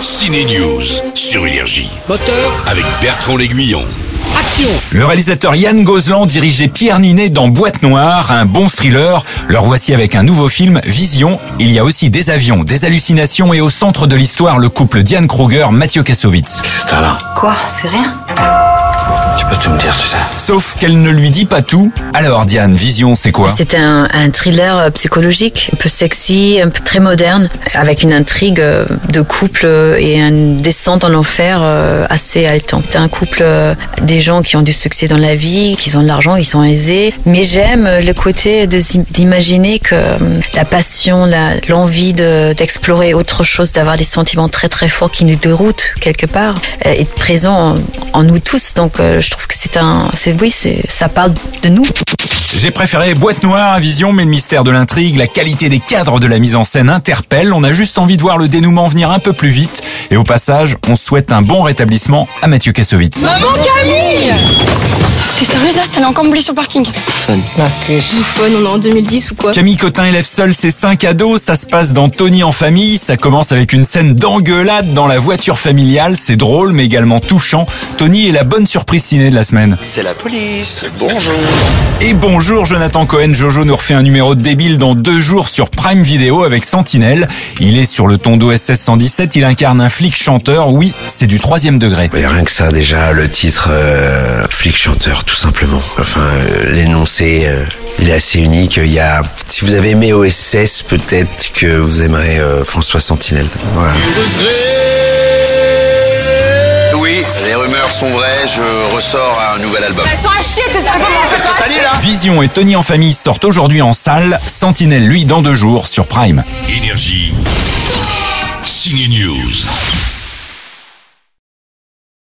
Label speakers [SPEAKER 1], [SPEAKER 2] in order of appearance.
[SPEAKER 1] Ciné News sur Énergie
[SPEAKER 2] Moteur,
[SPEAKER 1] avec Bertrand L'Aiguillon.
[SPEAKER 2] action
[SPEAKER 3] Le réalisateur Yann Gozlan dirigeait Pierre Ninet dans Boîte Noire, un bon thriller. Leur voici avec un nouveau film, Vision. Il y a aussi des avions, des hallucinations et au centre de l'histoire, le couple Diane Kruger, Mathieu Kassovitz.
[SPEAKER 4] T'as
[SPEAKER 5] Quoi C'est rien
[SPEAKER 4] tu peux tout me dire, tu sais.
[SPEAKER 3] Sauf qu'elle ne lui dit pas tout. Alors Diane, Vision, c'est quoi
[SPEAKER 5] C'est un, un thriller euh, psychologique, un peu sexy, un peu très moderne, avec une intrigue euh, de couple euh, et une descente en enfer euh, assez haletante. C'est un couple euh, des gens qui ont du succès dans la vie, qui ont de l'argent, ils sont aisés. Mais j'aime euh, le côté des im- d'imaginer que euh, la passion, la- l'envie de- d'explorer autre chose, d'avoir des sentiments très très forts qui nous déroutent quelque part, euh, est présent en, en nous tous. Donc euh, je trouve que c'est un, c'est oui, c'est ça parle de nous.
[SPEAKER 3] J'ai préféré Boîte Noire à Vision, mais le mystère de l'intrigue, la qualité des cadres de la mise en scène interpelle. On a juste envie de voir le dénouement venir un peu plus vite. Et au passage, on souhaite un bon rétablissement à Mathieu Kassovitz.
[SPEAKER 6] Maman Camille T'es sérieuse là T'allais encore me blesser sur le parking
[SPEAKER 7] bouffonne, on est en 2010 ou quoi
[SPEAKER 3] Camille Cotin élève seule ses cinq ados, ça se passe dans Tony en famille, ça commence avec une scène d'engueulade dans la voiture familiale, c'est drôle mais également touchant. Tony est la bonne surprise ciné de la semaine.
[SPEAKER 4] C'est la police. Bonjour.
[SPEAKER 3] Et bonjour Jonathan Cohen, Jojo nous refait un numéro débile dans deux jours sur Prime Video avec Sentinelle. Il est sur le ton d'OSS 117, il incarne un flic chanteur, oui c'est du troisième degré.
[SPEAKER 4] Mais rien que ça, déjà, le titre euh, flic chanteur, tout simplement. Enfin, euh, l'énoncé, euh, il est assez unique. Il y a, si vous avez aimé OSS, peut-être que vous aimerez euh, François Sentinelle. Voilà.
[SPEAKER 8] Oui, les rumeurs sont vraies, je ressors un nouvel album.
[SPEAKER 6] Elles sont à chier, tes albums Elles sont à chier
[SPEAKER 3] Vision et Tony en famille sortent aujourd'hui en salle, Sentinelle lui dans deux jours sur Prime.
[SPEAKER 1] Énergie. Ciné News.